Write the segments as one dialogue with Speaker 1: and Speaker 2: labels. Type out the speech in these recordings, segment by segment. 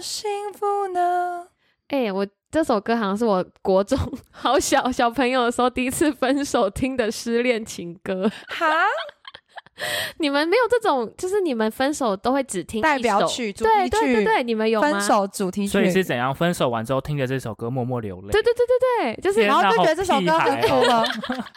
Speaker 1: 幸福呢。
Speaker 2: 哎、我这首歌好像是我国中 好小小朋友的时候第一次分手听的失恋情歌。
Speaker 1: 哈，
Speaker 2: 你们没有这种，就是你们分手都会只听
Speaker 1: 代
Speaker 2: 一
Speaker 1: 表
Speaker 2: 首
Speaker 1: 曲、主
Speaker 2: 对
Speaker 1: 题
Speaker 2: 对对
Speaker 1: 曲、
Speaker 2: 对，你们有吗？
Speaker 1: 分手主题曲，
Speaker 3: 所以是怎样？分手完之后听着这首歌默默流泪。
Speaker 2: 对对对对对，就是
Speaker 3: 天
Speaker 1: 然后就觉得这首歌
Speaker 3: 哪好
Speaker 1: 很
Speaker 3: 屁孩
Speaker 1: 酷
Speaker 3: 哦
Speaker 1: 了，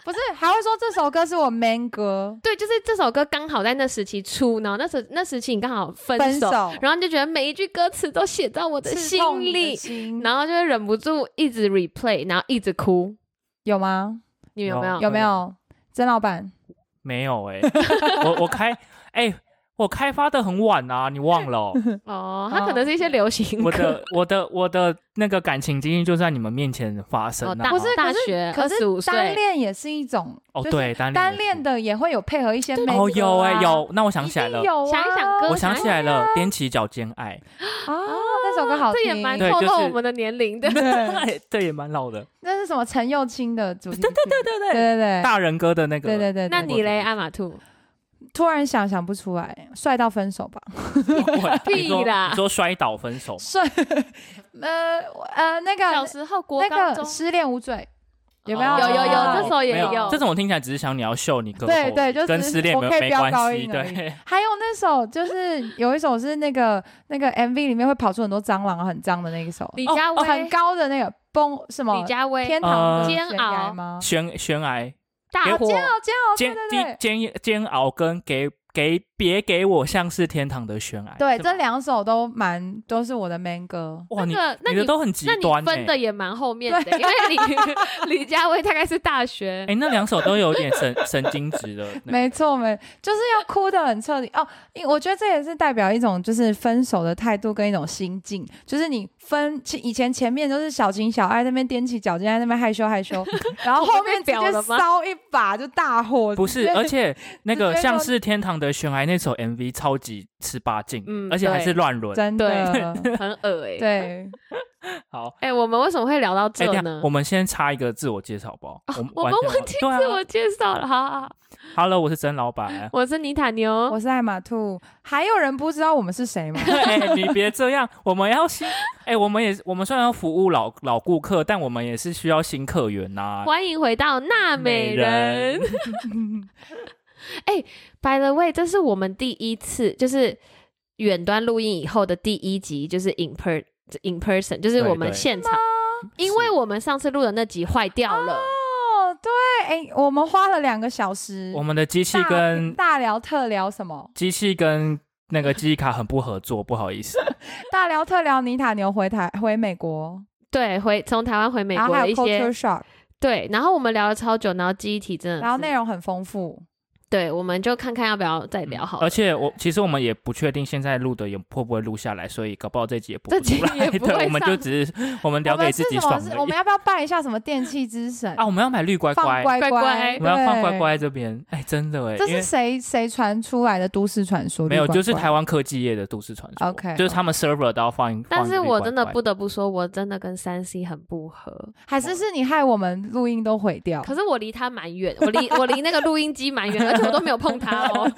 Speaker 1: 不是还会说这首歌是我 man 歌。
Speaker 2: 对，就是这首歌刚好在那时期出，然后那时那时期你刚好分手，
Speaker 1: 分手，
Speaker 2: 然后你就觉得每一句歌词都写到我的
Speaker 1: 刺
Speaker 2: 心
Speaker 1: 痛你的
Speaker 2: 里，
Speaker 1: 心
Speaker 2: 然后就会忍不住一直 replay，然后一直哭。
Speaker 1: 有吗？
Speaker 2: 你们有没有？
Speaker 3: 有
Speaker 1: 有没有？曾老板，
Speaker 3: 没有哎、我我开哎、我开发的很晚啊，你忘 了哦、
Speaker 2: 哦，它可能是一些流行
Speaker 3: 我
Speaker 2: 歌。
Speaker 3: 的我的我的那个感情经历就在你们面前发生
Speaker 2: 哦，
Speaker 3: 啊。
Speaker 2: 大
Speaker 1: 不是
Speaker 2: 大学
Speaker 1: 可
Speaker 2: 二
Speaker 1: 是
Speaker 2: 十五
Speaker 1: 单
Speaker 2: 岁，
Speaker 1: 恋也是一种，
Speaker 3: 哦，
Speaker 1: 就是
Speaker 3: 对，单恋
Speaker 1: 单恋的也会有配合一些美、
Speaker 3: 哦，有哎、有，那我想
Speaker 1: 一
Speaker 3: 起来了
Speaker 1: 定。有啊、哎
Speaker 2: 想一想歌
Speaker 3: 我想起来了，踮起脚尖 爱，
Speaker 1: 啊，那首歌好听，
Speaker 2: 这也蛮
Speaker 3: 对
Speaker 2: 透
Speaker 3: 就
Speaker 2: 露
Speaker 3: 是
Speaker 2: 我们的年龄的。
Speaker 1: 对，
Speaker 3: 这也蛮老的。
Speaker 1: 那是什么？陈幼卿的主题曲，对
Speaker 3: 对
Speaker 1: 对
Speaker 3: 对，
Speaker 1: 对对
Speaker 3: 大人哥的那个，
Speaker 1: 哎对对对。
Speaker 2: 那
Speaker 1: 对
Speaker 2: 你嘞，艾玛兔？
Speaker 1: 突然想想不出来，帅到分手吧？
Speaker 3: 我
Speaker 2: 屁啦
Speaker 3: 你说摔倒分手吗，
Speaker 1: 帅， 呃呃，那
Speaker 2: 哦小
Speaker 1: 个
Speaker 2: 时候国
Speaker 1: 那
Speaker 2: 高中
Speaker 1: 个失恋无罪有没有？
Speaker 3: 哦
Speaker 2: 有有有
Speaker 1: 哦
Speaker 2: 这首也
Speaker 3: 没
Speaker 2: 有
Speaker 3: 这种我听起来只是想你要秀你歌喉，
Speaker 1: 对对就
Speaker 3: 跟
Speaker 1: 只是
Speaker 3: 失恋
Speaker 1: 我
Speaker 3: 没
Speaker 1: 可以
Speaker 3: 没
Speaker 1: 不要高
Speaker 3: 关系，
Speaker 1: 音而已
Speaker 3: 对，
Speaker 1: 还有那首就是有一首是那个 那个 MV 里面会跑出很多蟑螂，很脏的那一首，
Speaker 2: 李佳
Speaker 1: 哦很
Speaker 2: 薇，
Speaker 1: 高的那个崩什么
Speaker 2: 李佳薇，啊
Speaker 1: 天堂的
Speaker 3: 呃
Speaker 1: 悬崖
Speaker 2: 煎熬哦
Speaker 1: 吗？
Speaker 3: 悬悬崖
Speaker 2: 大
Speaker 3: 给
Speaker 2: 火
Speaker 3: 我
Speaker 1: 煎熬煎
Speaker 2: 哦
Speaker 1: 熬，对
Speaker 3: 煎
Speaker 1: 对对
Speaker 3: 煎煎煎熬跟给给别给我像是天堂的悬崖，
Speaker 1: 对，这
Speaker 3: 是吧
Speaker 1: 两首都蛮都是我的 man 歌。
Speaker 3: 哇你
Speaker 2: 那个那
Speaker 3: 的
Speaker 2: 你
Speaker 3: 都很极
Speaker 2: 那你
Speaker 3: 端
Speaker 2: 分的
Speaker 3: 欸，
Speaker 2: 也蛮后面的，因为李 李佳薇大概是大学
Speaker 3: 哎，那两首都有点神神经质 的那个，
Speaker 1: 没错，没就是要哭的很彻底哦。因我觉得这也是代表一种就是分手的态度跟一种心境，就是你分其以前前面都是小情小爱那边踮起脚尖在那边害羞害 羞，然后后面直接
Speaker 2: 我被表了吗
Speaker 1: 烧一把就大火，
Speaker 3: 不
Speaker 1: 直
Speaker 3: 是，
Speaker 1: 接
Speaker 3: 而且那个
Speaker 1: 直接说
Speaker 3: 像是天堂的悬崖那首 MV 超级吃八禁，
Speaker 2: 嗯
Speaker 3: 而且还是乱伦。
Speaker 1: 真的
Speaker 2: 很恶哎。
Speaker 1: 对，
Speaker 3: 好，
Speaker 2: 哎，我们为什么会聊到
Speaker 3: 哎，
Speaker 2: 这
Speaker 3: 等一下
Speaker 2: 呢哦
Speaker 3: 我？们先插一个自我介绍好不好？我们
Speaker 2: 我
Speaker 3: 完
Speaker 2: 们
Speaker 3: 全
Speaker 2: 忘
Speaker 3: 对啊
Speaker 2: 自我介绍了，好好好，
Speaker 3: ，Hello，我是曾老板。
Speaker 2: 我是妮塔牛，
Speaker 3: 嗯
Speaker 1: 我是艾玛兔，还有人不知道我们是谁吗？
Speaker 3: 哎，你别这样，我们要新，哎，我们也我们虽然要服务老老顾客，但我们也是需要新客源呐。
Speaker 2: 欢迎回到娜美人。By 哎 the way，这是我们第一次就是远端录音以后的第一集，就是 in per in person，就是我
Speaker 3: 对
Speaker 2: 们
Speaker 3: 对
Speaker 2: 现场，因为我们上次录的那集坏掉了。
Speaker 1: 哦，对，哎、我们花了两个小时，
Speaker 3: 我们的机器
Speaker 1: 大
Speaker 3: 跟
Speaker 1: 大聊特聊什么？
Speaker 3: 机器跟那个记忆卡很不合作，不好意思。
Speaker 1: 大聊特聊尼塔牛回台回美国，
Speaker 2: 对，回从台湾回美
Speaker 1: 然后
Speaker 2: 国
Speaker 1: 还
Speaker 2: 的一
Speaker 1: 有
Speaker 2: 些
Speaker 1: culture shock，
Speaker 2: 对，然后我们聊了超久，然后记忆体真的是，
Speaker 1: 然后内容很丰富。
Speaker 2: 对，我们就看看要不要再聊好了
Speaker 3: 而且我其实我们也不确定现在录的也会不会录下来，所以搞不好这集也不
Speaker 2: 这集
Speaker 3: 出来
Speaker 2: 也不会
Speaker 3: 对我们就
Speaker 2: 上
Speaker 3: 只是我们
Speaker 1: 我
Speaker 3: 聊
Speaker 1: 们
Speaker 3: 给
Speaker 1: 是
Speaker 3: 自己
Speaker 1: 什么？
Speaker 3: 爽
Speaker 1: 是
Speaker 3: 而
Speaker 1: 我
Speaker 3: 已
Speaker 1: 们要不要办一下什么电器之神
Speaker 3: 啊！我们要买绿乖
Speaker 1: 放乖
Speaker 2: 乖乖
Speaker 1: 乖，
Speaker 3: 我们要放
Speaker 1: 对
Speaker 3: 乖。乖这边。哎，真的哎，
Speaker 1: 这
Speaker 3: 因
Speaker 1: 是
Speaker 3: 为
Speaker 1: 谁谁传出来的都市传说？
Speaker 3: 没有，
Speaker 1: 绿乖
Speaker 3: 就是
Speaker 1: 乖
Speaker 3: 台湾科技业的都市传说
Speaker 1: OK，
Speaker 3: 就是他们 server 都要放一。
Speaker 2: 但
Speaker 3: 放一
Speaker 2: 是
Speaker 3: 个绿
Speaker 2: 我
Speaker 3: 乖
Speaker 2: 真的
Speaker 3: 乖
Speaker 2: 不得不说，我真的跟三 C 很不合。
Speaker 1: 还是是你害我们录音都毁掉。
Speaker 2: 可是我离它蛮远，我离 我离那个录音机蛮远，而且我都没有碰它 哦，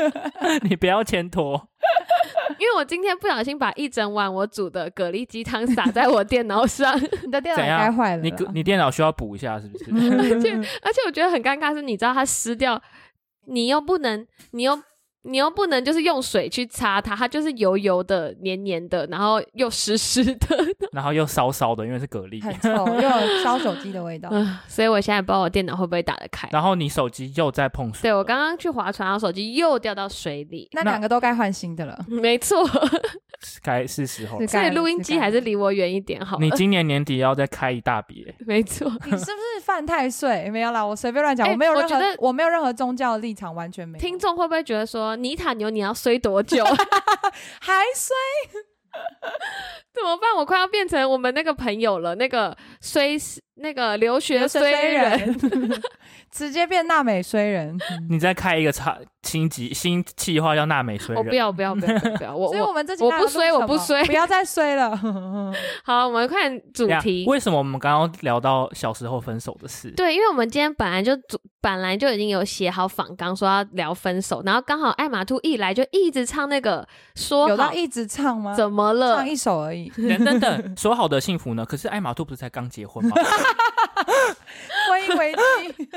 Speaker 3: 你不要牵拖。
Speaker 2: 因为我今天不小心把一整碗我煮的蛤蜊鸡汤洒在我电脑 上，
Speaker 1: 你的电脑
Speaker 3: 怎
Speaker 1: 也
Speaker 3: 样
Speaker 1: 该坏了啦，
Speaker 3: 你你电脑需要补一下是不是？
Speaker 2: 而且而且我觉得很尴尬是，你知道它湿掉，你又不能，你又你又不能就是用水去擦它，它就是油油的、黏黏的，然后又湿湿的，
Speaker 3: 然后又烧烧的，因为是蛤蜊
Speaker 1: 很。臭，又有烧手机的味道。
Speaker 2: 所以我现在不知道我电脑会不会打得开。
Speaker 3: 然后你手机又在碰水
Speaker 2: 对，我刚刚去划船，然后手机又掉到水里。
Speaker 1: 那
Speaker 3: 那
Speaker 1: 两个都该换新的了。
Speaker 2: 没错，
Speaker 3: 该是时候了。
Speaker 1: 是
Speaker 2: 所
Speaker 1: 该
Speaker 2: 以
Speaker 1: 了
Speaker 2: 录音机
Speaker 1: 该了
Speaker 2: 还 是离我远一点好了
Speaker 3: 你。今年年底要再开一大笔欸，
Speaker 2: 没错，
Speaker 1: 你是不是犯太岁？没有啦，我随便乱讲，
Speaker 2: 哎
Speaker 1: 我没有
Speaker 2: 我
Speaker 1: 任何，
Speaker 2: 觉得
Speaker 1: 我没有任何宗教的立场，完全没有。
Speaker 2: 听众会不会觉得说泥塔牛你要衰 多久？
Speaker 1: 还衰，
Speaker 2: 怎么办？我快要变成我们那个朋友了，那个衰那个留学
Speaker 1: 有
Speaker 2: 虽人，
Speaker 1: 人， 直接变娜美衰人。
Speaker 2: 嗯
Speaker 3: 你再开一个差新级新计划叫娜美虽
Speaker 2: 我不
Speaker 3: 人，
Speaker 2: 要不要不要不要，我
Speaker 1: 所以我
Speaker 2: 我
Speaker 1: 们这集
Speaker 2: 我
Speaker 1: 大家
Speaker 2: 不
Speaker 1: 都
Speaker 2: 衰
Speaker 1: 录
Speaker 2: 我
Speaker 1: 什
Speaker 2: 不
Speaker 1: 么
Speaker 2: 衰
Speaker 1: 不要再衰了。
Speaker 2: 好，我们看主
Speaker 3: 对啊
Speaker 2: 题。
Speaker 3: 为什么我们刚刚聊到小时候分手的事？
Speaker 2: 对，因为我们今天本来就主本来就已经有写好访纲，说要聊分手，然后刚好艾玛兔一来就一直唱那个说
Speaker 1: 有
Speaker 2: 好
Speaker 1: 到一直唱吗？
Speaker 2: 怎么了
Speaker 1: 唱，一首而已，
Speaker 3: 等 等等，说好的幸福呢？可是艾玛兔不是才刚结婚吗？
Speaker 1: 婚姻危机。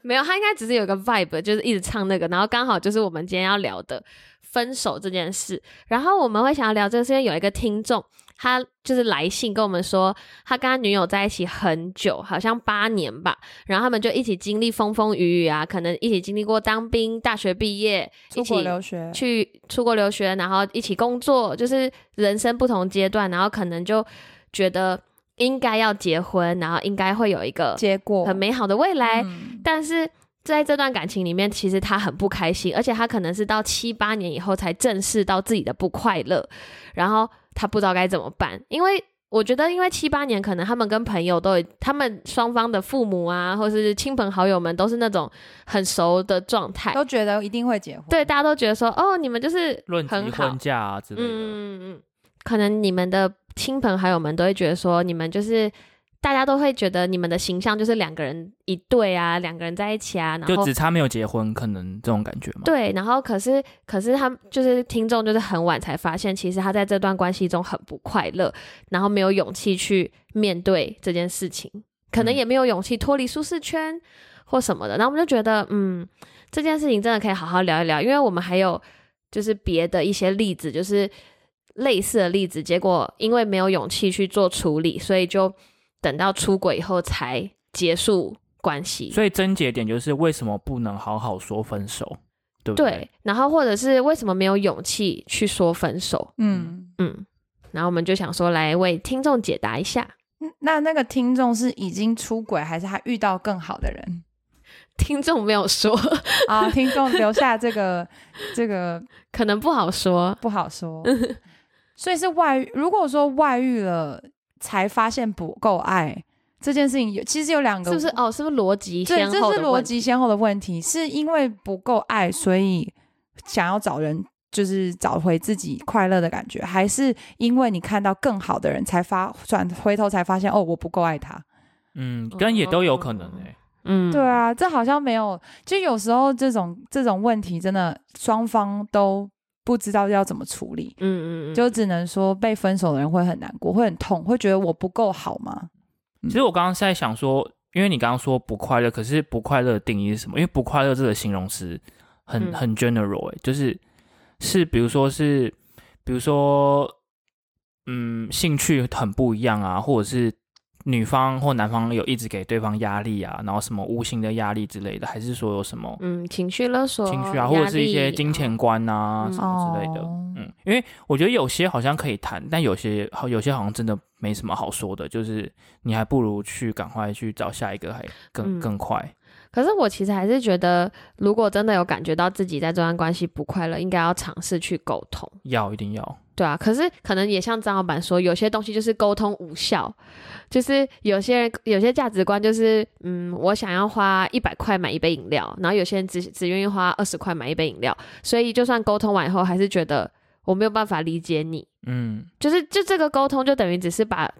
Speaker 2: 没有，他应该只是有个 vibe，就是一直唱那个，然后刚好就是我们今天要聊的分手这件事。然后我们会想要聊这个，是因为有一个听众，他就是来信跟我们说，他跟他女友在一起很久，好像八年吧，然后他们就一起经历风风雨雨啊，可能一起经历过当兵、大学毕业，一
Speaker 1: 出
Speaker 2: 起
Speaker 1: 国留学，
Speaker 2: 去出国留学，然后一起工作，就是人生不同阶段，然后可能就觉得应该要结婚，然后应该会有一个
Speaker 1: 结果
Speaker 2: 很美好的未来。
Speaker 1: 嗯
Speaker 2: 但是在这段感情里面，其实他很不开心，而且他可能是到七八年以后才正视到自己的不快乐，然后他不知道该怎么办，因为。我觉得，因为七八年，可能他们跟朋友都有，他们双方的父母啊，或是亲朋好友们，都是那种很熟的状态，
Speaker 1: 都觉得一定会结婚。
Speaker 2: 哎对，，大家都觉得说，哦，你们就是
Speaker 3: 论及
Speaker 2: 很好，
Speaker 3: 婚嫁啊之
Speaker 2: 嗯
Speaker 3: 类的，
Speaker 2: 嗯嗯，可能你们的亲朋好友们都会觉得说，你们就是大家都会觉得你们的形象就是两个人一对啊，两个人在一起啊，然
Speaker 3: 就
Speaker 2: 后
Speaker 3: 只差没有结婚，可能这种感觉嘛。
Speaker 2: 对，然后可是可是他就是听众，就是很晚才发现，其实他在这段关系中很不快乐，然后没有勇气去面对这件事情，可能
Speaker 3: 嗯
Speaker 2: 也没有勇气脱离舒适圈或什么的。然后我们就觉得，嗯，这件事情真的可以好好聊一聊，因为我们还有就是别的一些例子，就是类似的例子，结果因为没有勇气去做处理，所以就等到出轨以后才结束关系。
Speaker 3: 所以症结点就是为什么不能好好说分手，对不
Speaker 2: 对？，然后或者是为什么没有勇气去说分手？
Speaker 1: 嗯，
Speaker 2: 嗯，然后我们就想说来为听众解答一下。
Speaker 1: 那那个听众是已经出轨，还是他遇到更好的人
Speaker 2: 听众没有说，
Speaker 1: 啊？听众留下这个这个
Speaker 2: 可能不好说。
Speaker 1: 不好 说，所以是外遇。如果说外遇了才发现不够爱这件事情有，其实有两个
Speaker 2: 是不是哦？是不是逻辑
Speaker 1: 对，
Speaker 2: 先
Speaker 1: 这
Speaker 2: 后
Speaker 1: 是
Speaker 2: 的
Speaker 1: 逻
Speaker 2: 问题？
Speaker 1: 辑先后的问题，是因为不够爱，所以想要找人，就是找回自己快乐的感觉，还是因为你看到更好的人才发转回头才发现哦，我不够爱他？
Speaker 3: 嗯，跟也都有可能哎、
Speaker 2: 嗯，
Speaker 1: 对，啊，这好像没有，就有时候这种这种问题真的双方都不知道要怎么处理。
Speaker 2: 嗯嗯嗯，
Speaker 1: 就只能说被分手的人会很难过，会很痛，会觉得我不够好吗？
Speaker 2: 嗯
Speaker 3: 其实我刚刚是在想说，因为你刚刚说不快乐，可是不快乐的定义是什么？因为不快乐这个形容词很
Speaker 2: 嗯
Speaker 3: 很 general 哎、就是是比如说是比如说嗯兴趣很不一样啊，或者是女方或男方有一直给对方压力啊，然后什么无形的压力之类的，还是说有什么
Speaker 2: 嗯情绪勒索，
Speaker 3: 情绪啊，
Speaker 2: 压
Speaker 3: 或者是一些
Speaker 2: 力
Speaker 3: 金钱观啊
Speaker 2: 嗯
Speaker 3: 什么之类的。
Speaker 1: 哦
Speaker 3: 嗯，因为我觉得有些好像可以谈，但有些好，有些好像真的没什么好说的，就是你还不如去赶快去找下一个，还更、
Speaker 2: 嗯
Speaker 3: 更快。
Speaker 2: 可是我其实还是觉得，如果真的有感觉到自己在这段关系不快乐，应该要尝试去沟通。
Speaker 3: 要一定要，
Speaker 2: 对啊，可是可能也像张老板说，有些东西就是沟通无效，就是有些人有些价值观就是，嗯，我想要花一百块买一杯饮料，然后有些人只只愿意花二十块买一杯饮料，所以就算沟通完以后，还是觉得我没有办法理解你，
Speaker 3: 嗯，
Speaker 2: 就是就这个沟通就等于只是把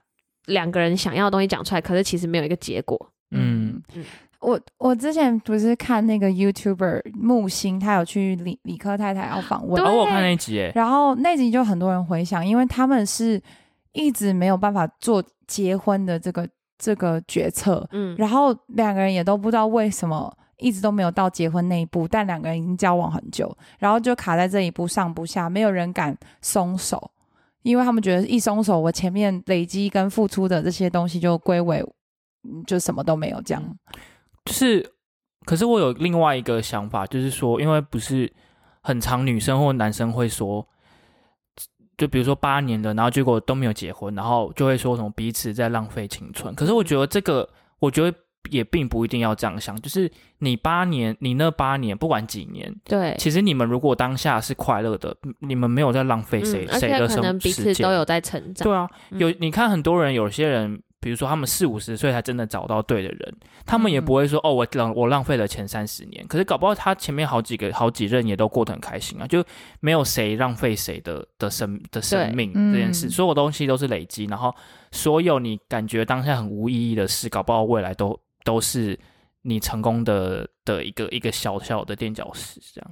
Speaker 2: 两个人想要的东西讲出来，可是其实没有一个结果。
Speaker 3: 嗯
Speaker 2: 嗯
Speaker 1: 我我之前不是看那个 YouTuber 木星，他有去理理科太太要访问
Speaker 2: 对
Speaker 3: 哦，，我有看那一集诶，
Speaker 1: 然后那集就很多人回想，因为他们是一直没有办法做结婚的这个这个决策，
Speaker 2: 嗯
Speaker 1: 然后两个人也都不知道为什么一直都没有到结婚那一步，但两个人已经交往很久，然后就卡在这一步上不下，没有人敢松手，因为他们觉得一松手，我前面累积跟付出的这些东西就归为嗯就什么都没有这样。
Speaker 3: 就是，可是我有另外一个想法，就是说，因为不是很常女生或男生会说，就比如说八年的，然后结果都没有结婚，然后就会说什么彼此在浪费青春。可是我觉得这个，我觉得也并不一定要这样想，就是你八年，你那八年不管几年，
Speaker 2: 对，
Speaker 3: 其实你们如果当下是快乐的，嗯你们没有在浪费谁、
Speaker 2: 嗯，而
Speaker 3: 谁
Speaker 2: 且
Speaker 3: 的
Speaker 2: 可能
Speaker 3: 生
Speaker 2: 彼
Speaker 3: 时
Speaker 2: 此
Speaker 3: 间
Speaker 2: 都。有在成
Speaker 1: 嗯
Speaker 2: 长。
Speaker 3: 对啊，有你看很多人，有些人比如说他们四五十岁才真的找到对的人，他们也
Speaker 1: 嗯
Speaker 3: 不会说哦，我浪我浪费了前三十年，可是搞不好他前面好几个好几任也都过得很开心啊，就没有谁浪费谁的的生的生命
Speaker 1: 嗯
Speaker 3: 这件事，所有东西都是累积，然后所有你感觉当下很无意义的事，搞不好未来都都是你成功的的一个一个小小的垫脚石，这样。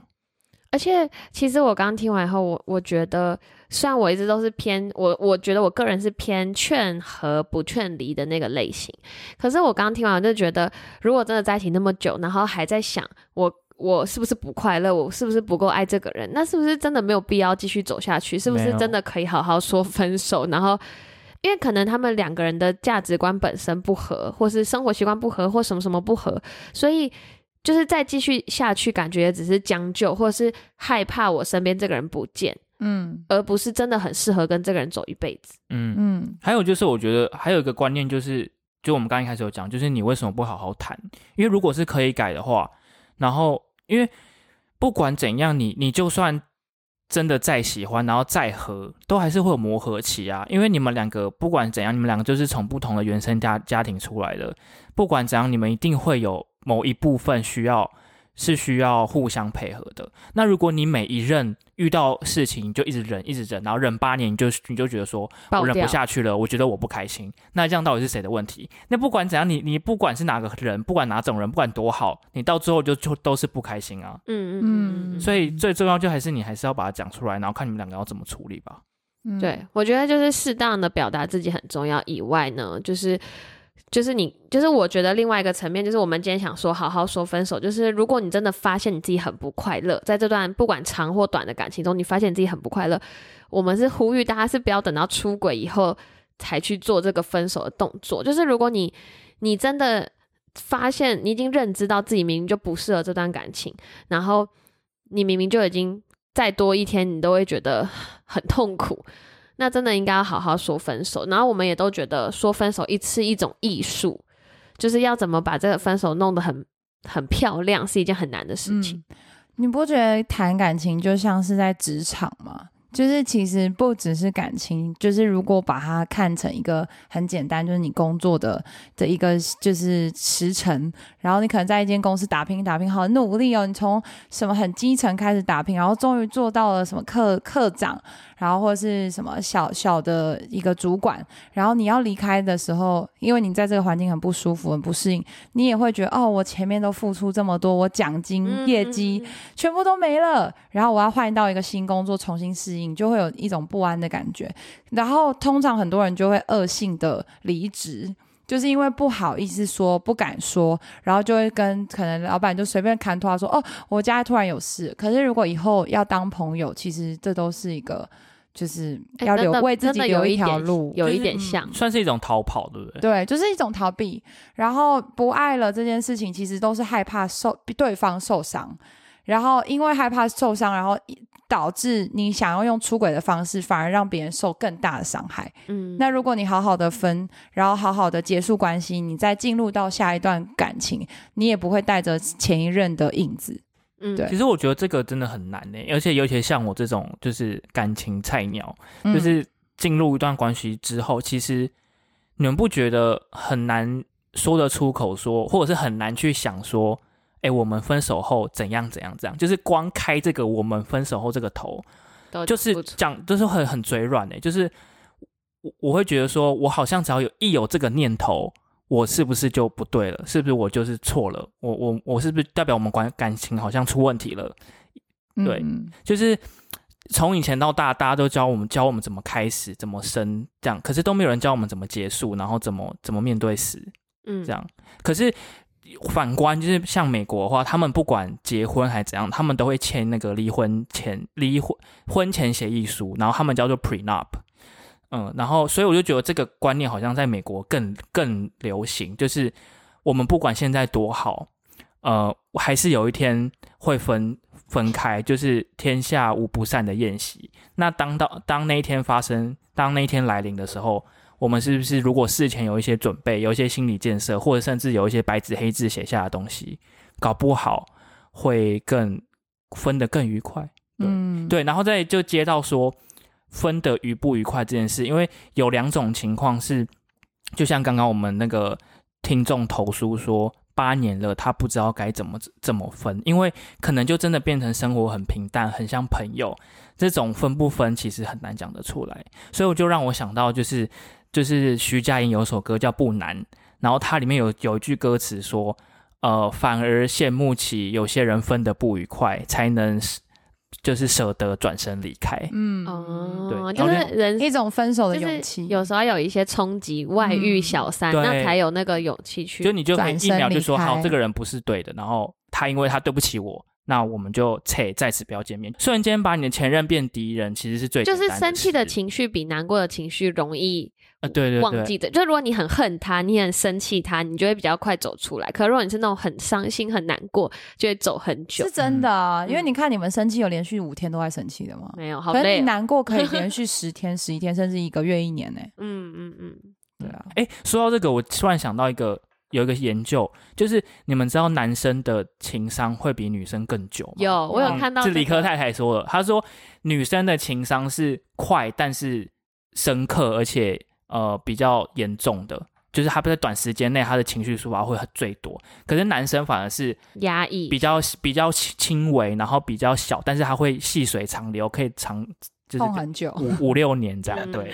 Speaker 2: 而且，其实我刚听完以后，我我觉得，虽然我一直都是偏我，我觉得我个人是偏劝和不劝离的那个类型，可是我刚听完，我就觉得，如果真的在一起那么久，然后还在想我我是不是不快乐，我是不是不够爱这个人，那是不是真的没有必要继续走下去？是不
Speaker 3: 没
Speaker 2: 是
Speaker 3: 有
Speaker 2: 真的可以好好说分手？然后，因为可能他们两个人的价值观本身不合，或是生活习惯不合，或什么什么不合，所以就是再继续下去，感觉只是将就，或是害怕我身边这个人不见，
Speaker 1: 嗯
Speaker 2: 而不是真的很适合跟这个人走一辈子。
Speaker 3: 嗯
Speaker 1: 嗯
Speaker 3: 还有就是，我觉得还有一个观念就是，就我们刚一开始有讲，就是你为什么不好好谈？因为如果是可以改的话，然后因为不管怎样，你你就算真的再喜欢，然后再合，都还是会有磨合期啊。因为你们两个不管怎样，你们两个就是从不同的原生家家庭出来的，不管怎样，你们一定会有某一部分需要。是需要互相配合的。那如果你每一任遇到事情你就一直忍，一直忍，然后忍八年，你就你就觉得说
Speaker 2: 爆
Speaker 3: 我忍
Speaker 2: 掉
Speaker 3: 不下去了，我觉得我不开心。那这样到底是谁的问题？那不管怎样，你你不管是哪个人，不管哪种人，不管多好，你到最后就就都是不开心啊。
Speaker 2: 嗯
Speaker 1: 嗯
Speaker 3: 所以最重要就还是你还是要把它讲出来，然后看你们两个要怎么处理吧。
Speaker 1: 嗯，
Speaker 2: 对，我觉得就是适当的表达自己很重要。以外呢，就是就是你，就是我觉得另外一个层面，就是我们今天想说好好说分手，就是如果你真的发现你自己很不快乐，在这段不管长或短的感情中，你发现你自己很不快乐，我们是呼吁大家是不要等到出轨以后才去做这个分手的动作。就是如果你你真的发现你已经认知到自己明明就不适合这段感情，然后你明明就已经再多一天，你都会觉得很痛苦。那真的应该要好好说分手。然后我们也都觉得说分手一是一种艺术，就是要怎么把这个分手弄得很很漂亮，是一件很难的事情。
Speaker 1: 嗯。你不觉得谈感情就像是在职场吗？就是其实不只是感情，就是如果把它看成一个很简单，就是你工作的的一个就是时辰，然后你可能在一间公司打拼打拼，好努力哦，你从什么很基层开始打拼，然后终于做到了什么课课长，然后或是什么小小的一个主管，然后你要离开的时候，因为你在这个环境很不舒服、很不适应，你也会觉得哦，我前面都付出这么多，我奖金、业绩，全部都没了，然后我要换到一个新工作重新适应，就会有一种不安的感觉。然后通常很多人就会恶性的离职。就是因为不好意思说，不敢说，然后就会跟可能老板就随便砍话说，哦，我家突然有事。可是如果以后要当朋友，其实这都是一个，就是
Speaker 2: 哎
Speaker 1: 要
Speaker 2: 真
Speaker 1: 留
Speaker 2: 的
Speaker 1: 为自
Speaker 2: 真
Speaker 1: 己
Speaker 2: 的
Speaker 1: 留
Speaker 2: 有
Speaker 1: 一
Speaker 2: 一
Speaker 1: 条
Speaker 2: 点
Speaker 1: 路，
Speaker 2: 有一
Speaker 3: 就是
Speaker 2: 点
Speaker 3: 嗯
Speaker 2: 像。
Speaker 3: 算是一种逃跑，对不对？
Speaker 1: 对，就是一种逃避。然后不爱了这件事情，其实都是害怕受对方受伤，然后因为害怕受伤，然后导致你想要用出轨的方式，反而让别人受更大的伤害。
Speaker 2: 嗯
Speaker 1: 那如果你好好的分，然后好好的结束关系，你再进入到下一段感情，你也不会带着前一任的影子。
Speaker 2: 嗯
Speaker 1: 对
Speaker 3: 其实我觉得这个真的很难呢、而且尤其像我这种就是感情菜鸟，
Speaker 1: 嗯
Speaker 3: 就是进入一段关系之后，其实你们不觉得很难说得出口说，或者是很难去想说，哎、我们分手后怎样怎样怎样，就是光开这个我们分手后这个头，
Speaker 2: 都
Speaker 3: 就是
Speaker 2: 哦不错
Speaker 3: 讲，就是很很嘴软哎、就是我我会觉得说，我好像只要有一有这个念头，我是不是就不对了？是不是我就是错了？我我我是不是代表我们关感情好像出问题了？对
Speaker 1: 嗯
Speaker 3: 就是从以前到大，大家都教我们教我们怎么开始，怎么生这样，可是都没有人教我们怎么结束，然后怎么怎么面对死
Speaker 2: 嗯
Speaker 3: 这样。可是反观就是像美国的话，他们不管结婚还怎样，他们都会签那个离婚前离婚婚前协议书，然后他们叫做 prenup。嗯，然后所以我就觉得这个观念好像在美国更更流行，就是我们不管现在多好，呃，还是有一天会分分开，就是天下无不散的宴席。那当到当那一天发生，当那一天来临的时候，我们是不是如果事前有一些准备，有一些心理建设，或者甚至有一些白纸黑字写下的东西，搞不好会更分得更愉快。对
Speaker 1: 嗯，
Speaker 3: 对，然后再就接到说分的愉不愉快这件事，因为有两种情况是就像刚刚我们那个听众投诉说，八年了，他不知道该怎么怎么分，因为可能就真的变成生活很平淡，很像朋友。这种分不分其实很难讲得出来，所以我就让我想到就是就是徐佳莹有首歌叫《不难》，然后它里面有有一句歌词说，呃，反而羡慕起有些人分得不愉快，才能就是舍得转身离开。
Speaker 1: 嗯，
Speaker 2: 哦，
Speaker 3: 对
Speaker 2: 就
Speaker 3: 然后
Speaker 2: 是人
Speaker 1: 一种分手的
Speaker 2: 就
Speaker 1: 哎勇
Speaker 2: 是
Speaker 1: 气，
Speaker 2: 有时候有一些冲击外遇
Speaker 1: 嗯
Speaker 2: 小三，
Speaker 3: 对
Speaker 2: 那才有那个勇气去
Speaker 3: 就你就可
Speaker 1: 转
Speaker 3: 以一
Speaker 1: 身
Speaker 3: 秒就
Speaker 1: 离
Speaker 3: 说好，
Speaker 1: 开
Speaker 3: 这个人不是对的，然后他因为他对不起我，那我们就切再次不要见面。瞬间把你的前任变敌人，其实是最
Speaker 2: 就是
Speaker 3: 简单
Speaker 2: 生气的
Speaker 3: 事
Speaker 2: 情绪比难过的情绪容易
Speaker 3: 呃，对对
Speaker 2: 忘
Speaker 3: 对，
Speaker 2: 记的。就是如果你很恨他，你很生气他，你就会比较快走出来。可如果你是那种很伤心、很难过，就会走很久
Speaker 1: 是。真的啊，
Speaker 2: 嗯
Speaker 1: 因为你看你们生气有连续五天都在生气的吗？
Speaker 2: 没有，好
Speaker 1: 可是
Speaker 2: 累
Speaker 1: 你
Speaker 2: 哦、
Speaker 1: 难过可以连 续十天、十一天，甚至一个月、一年呢、
Speaker 2: 嗯嗯嗯，
Speaker 1: 对啊，
Speaker 3: 哎，说到这个，我突然想到一个有一个研究，就是你们知道男生的情商会比女生更久吗？
Speaker 2: 有我有
Speaker 1: 嗯
Speaker 2: 看到、
Speaker 3: 哦是
Speaker 2: 那
Speaker 3: 理
Speaker 2: 个
Speaker 3: 科太太说的，她说女生的情商是快，但是深刻，而且呃比较严重的。就是他在短时间内，他的情绪抒发会很最多，可是男生反而是
Speaker 2: 压抑
Speaker 3: 比，较比较轻轻微，然后比较小，但是它会细水长流，可以长就是
Speaker 1: 痛很久。
Speaker 3: 五五六年这样。
Speaker 2: 嗯
Speaker 3: 对，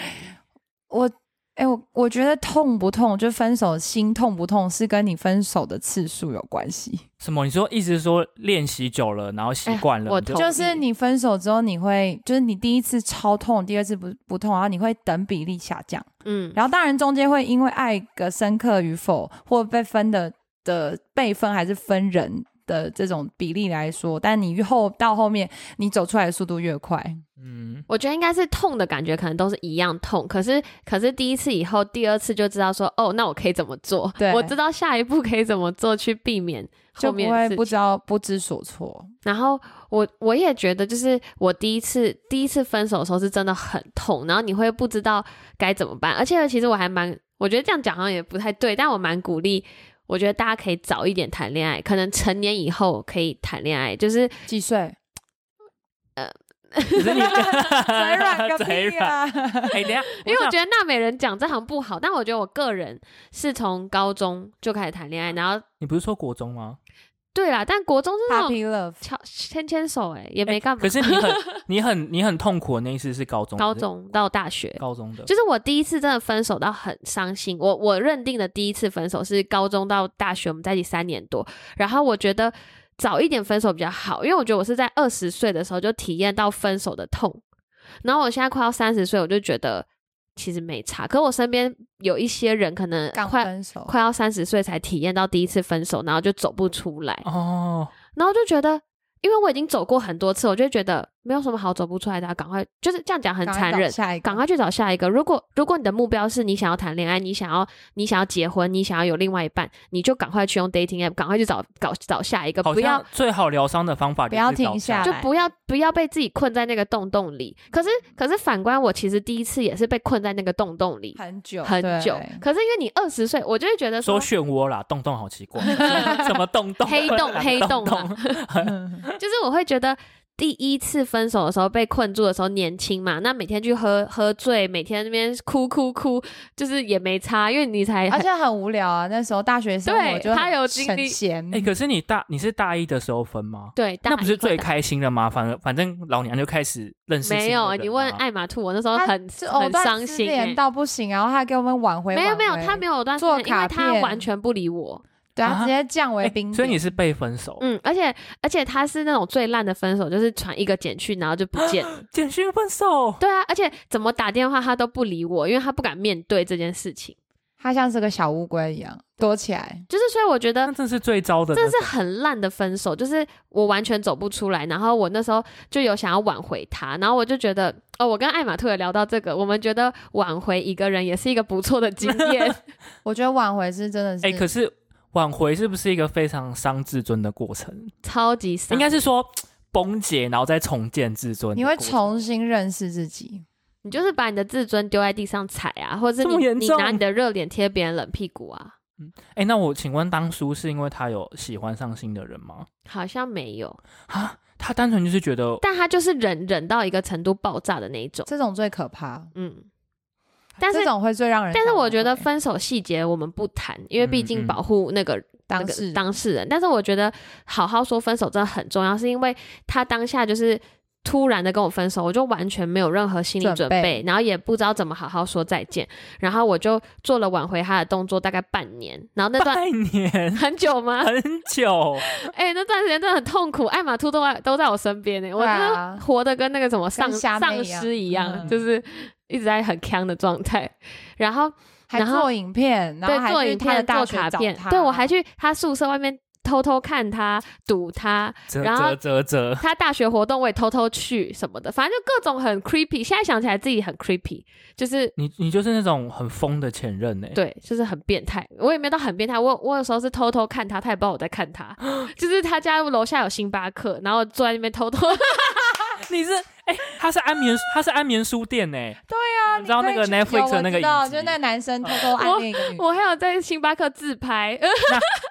Speaker 1: 我，哎、我我觉得痛不痛，就分手心痛不痛，是跟你分手的次数有关系。
Speaker 3: 什么？你说一直说练习久了，然后习
Speaker 2: 哎
Speaker 3: 惯了，
Speaker 2: 我
Speaker 3: 你就
Speaker 2: 同
Speaker 1: 就是
Speaker 2: 意
Speaker 1: 你分手之后，你会就是你第一次超痛，第二次不不痛，然后你会等比例下降。
Speaker 2: 嗯，
Speaker 1: 然后当然中间会因为爱个深刻与否，或被分的的被分还是分人的这种比例来说，但你后到后面你走出来的速度越快，
Speaker 3: 嗯，
Speaker 2: 我觉得应该是痛的感觉，可能都是一样痛。可是，可是第一次以后，第二次就知道说，哦，那我可以怎么做？
Speaker 1: 对
Speaker 2: 我知道下一步可以怎么做去避免后
Speaker 1: 就不
Speaker 2: 面
Speaker 1: 会
Speaker 2: 的
Speaker 1: 不知
Speaker 2: 事情。
Speaker 1: 道不知所措。
Speaker 2: 然后我我也觉得，就是我第一次第一次分手的时候是真的很痛，然后你会不知道该怎么办。而且其实我还蛮，我觉得这样讲好像也不太对，但我蛮鼓励。我觉得大家可以早一点谈恋爱，可能成年以后可以谈恋爱，就是
Speaker 1: 几岁？
Speaker 3: 可是你
Speaker 1: 嘴软个
Speaker 3: 嘴
Speaker 1: 屁
Speaker 3: 软。
Speaker 1: 啊！
Speaker 3: 哎，等一下，
Speaker 2: 因为我
Speaker 3: 想
Speaker 2: 觉得娜美人讲这行不好，但我觉得我个人是从高中就开始谈恋爱，然后
Speaker 3: 你不是说国中吗？
Speaker 2: 对啦，但国中是那种
Speaker 1: Happy love，
Speaker 2: 敲牵牵手、欸，也没干嘛。
Speaker 3: 哎可是你很你很你很痛苦的那一次是高中，
Speaker 2: 高
Speaker 3: 是
Speaker 2: 中到大学，
Speaker 3: 高中的，
Speaker 2: 就是我第一次真的分手到很伤心。我我认定的第一次分手是高中到大学，我们在一起三年多，然后我觉得早一点分手比较好，因为我觉得我是在二十岁的时候就体验到分手的痛，然后我现在快要三十岁，我就觉得。其实没差，可我身边有一些人可能
Speaker 1: 刚
Speaker 2: 快
Speaker 1: 分手，
Speaker 2: 快要三十岁才体验到第一次分手，然后就走不出来，
Speaker 3: 哦，
Speaker 2: 然后就觉得，因为我已经走过很多次，我就觉得没有什么好走不出来的啊、赶快就是这样讲很
Speaker 1: 赶快
Speaker 2: 残
Speaker 1: 找
Speaker 2: 忍，
Speaker 1: 下一
Speaker 2: 赶
Speaker 1: 个，
Speaker 2: 快去找下一个。如果如果你的目标是你想要谈恋爱，你想要你想要结婚，你想要有另外一半，你就赶快去用 dating app，赶快去找搞找下一个，
Speaker 3: 好
Speaker 2: 呃不要
Speaker 3: 像最好疗伤的方法
Speaker 1: 不要
Speaker 3: 就是
Speaker 1: 停
Speaker 3: 找
Speaker 1: 下
Speaker 2: 就
Speaker 1: 来
Speaker 2: 不要不要被自己困在那个洞洞里。可是可是反观我，其实第一次也是被困在那个洞洞里。
Speaker 1: 很久
Speaker 2: 很久
Speaker 1: 对，
Speaker 2: 可是因为你二十岁，我就会觉得
Speaker 3: 说漩涡啦，洞洞好 奇怪，什么洞洞？
Speaker 2: 黑 洞黑洞啊
Speaker 3: 洞，
Speaker 2: 就是我会觉得第一次分手的时候被困住的时候年轻嘛，那每天去喝喝醉，每天那边哭哭哭，就是也没差，因为你才
Speaker 1: 而且很无聊啊。那时候大学生
Speaker 2: 对
Speaker 1: 活就
Speaker 2: 他
Speaker 1: 很
Speaker 2: 有经历
Speaker 1: 很闲
Speaker 3: 哎、可是你大你是大一的时候分吗？
Speaker 2: 对，大
Speaker 3: 那不是最
Speaker 2: 一块
Speaker 3: 开心的吗？反而反正老娘就开始认识新的
Speaker 2: 没有啊，
Speaker 3: 人
Speaker 2: 你问
Speaker 3: 啊
Speaker 2: 艾玛兔，我那时候
Speaker 1: 他
Speaker 2: 很
Speaker 1: 是藕
Speaker 2: 很
Speaker 1: 断
Speaker 2: 伤
Speaker 1: 丝
Speaker 2: 心、欸
Speaker 1: 连。到不行，然后他给我们挽回，
Speaker 2: 没有
Speaker 1: 挽
Speaker 2: 没有，
Speaker 1: 回
Speaker 2: 他没有藕断丝
Speaker 1: 做
Speaker 2: 连，因为
Speaker 1: 卡
Speaker 2: 他
Speaker 1: 片
Speaker 2: 完全不理我。
Speaker 1: 对
Speaker 3: 啊
Speaker 1: 他直接降为
Speaker 3: 哎
Speaker 1: 冰点、
Speaker 3: 所以你是被分手，
Speaker 1: 哦
Speaker 2: 嗯，而且而且他是那种最烂的分手，就是传一个简讯然后就不 见了。
Speaker 3: 简讯分手，
Speaker 2: 对啊，而且怎么打电话他都不理我，因为他不敢面对这件事情。
Speaker 1: 他像是个小乌龟一样躲起来，
Speaker 2: 就是所以我觉得
Speaker 3: 那真是最糟的那
Speaker 2: 真
Speaker 3: 种，
Speaker 2: 的是很烂的分手，就是我完全走不出来。然后我那时候就有想要挽回他，然后我就觉得，哦，我跟艾玛特也聊到这个，我们觉得挽回一个人也是一个不错的经 验。
Speaker 1: 我觉得挽回是真的是，
Speaker 3: 哎、可是挽回是不是一个非常伤自尊的过程？
Speaker 2: 超级伤
Speaker 3: 应该是说崩解，然后再重建自尊的
Speaker 1: 你
Speaker 3: 过
Speaker 1: 会
Speaker 3: 程，
Speaker 1: 重新认识自己。
Speaker 2: 你就是把你的自尊丢在地上踩啊，或者
Speaker 3: 这
Speaker 2: 是
Speaker 3: 么
Speaker 2: 你
Speaker 3: 严
Speaker 2: 你
Speaker 3: 重
Speaker 2: 拿你的热脸贴别人冷屁股啊，
Speaker 3: 哎、那我请问当初是因为他有喜欢上新的人吗？
Speaker 2: 好像没有，
Speaker 3: 啊，他单纯就是觉得
Speaker 2: 但他就是忍忍到一个程度爆炸的那一种。
Speaker 1: 这种最可怕，
Speaker 2: 嗯，但是
Speaker 1: 这种会最让人
Speaker 2: 但
Speaker 1: 想不开。
Speaker 2: 是我觉得分手细节我们不谈，因为毕
Speaker 3: 嗯
Speaker 2: 竟
Speaker 3: 嗯
Speaker 2: 保护那个、那
Speaker 1: 当
Speaker 2: 个
Speaker 1: 事
Speaker 2: 当事人。但是我觉得好好说分手真的很重要，是因为他当下就是突然的跟我分手，我就完全没有任何心理准备，
Speaker 1: 准备
Speaker 2: 然后也不知道怎么好好说再见，然后我就做了挽回他的动作，大概半年。然后那段
Speaker 3: 拜年
Speaker 2: 很久吗？
Speaker 3: 很 久，
Speaker 2: 哎、那段时间真的很痛苦，艾玛兔都在都在我身边呢、欸我
Speaker 1: 对
Speaker 2: 真
Speaker 1: 啊
Speaker 2: 的活得跟那个什么丧
Speaker 1: 跟虾妹
Speaker 2: 丧
Speaker 1: 一样
Speaker 2: 尸一样，
Speaker 1: 嗯
Speaker 2: 就是一直在很呛的状态。然后
Speaker 1: 还
Speaker 2: 然后
Speaker 1: 做影片，然后
Speaker 2: 对，
Speaker 1: 还
Speaker 2: 做
Speaker 1: 去
Speaker 2: 影
Speaker 1: 他的
Speaker 2: 片、
Speaker 1: 大
Speaker 2: 做
Speaker 1: 学
Speaker 2: 卡
Speaker 1: 找
Speaker 2: 片，
Speaker 1: 他啊
Speaker 2: 对我还去他宿舍外面偷偷看他、堵他，
Speaker 3: 啧
Speaker 2: 然后
Speaker 3: 啧啧啧，
Speaker 2: 他大学活动我也偷偷去什么的，反正就各种很 creepy。现在想起来自己很 creepy，就是
Speaker 3: 你你就是那种很疯的前任呢、
Speaker 2: 对，就是很变态。我也没有到很变态，我我有时候是偷偷看他，他也不知道我在看他， 就是他家楼下有星巴克，然后坐在那边偷偷。
Speaker 3: 你是哎、他是安眠，他是安眠书店呢、
Speaker 1: 对啊，
Speaker 3: 你知道那个
Speaker 1: 可以去
Speaker 3: Netflix
Speaker 1: 有
Speaker 3: 的那个
Speaker 1: 我知道
Speaker 3: 影集
Speaker 1: 就那个男生偷偷暗恋一
Speaker 3: 嗯
Speaker 1: 个女生，
Speaker 2: 我还有在星巴克自拍，呃、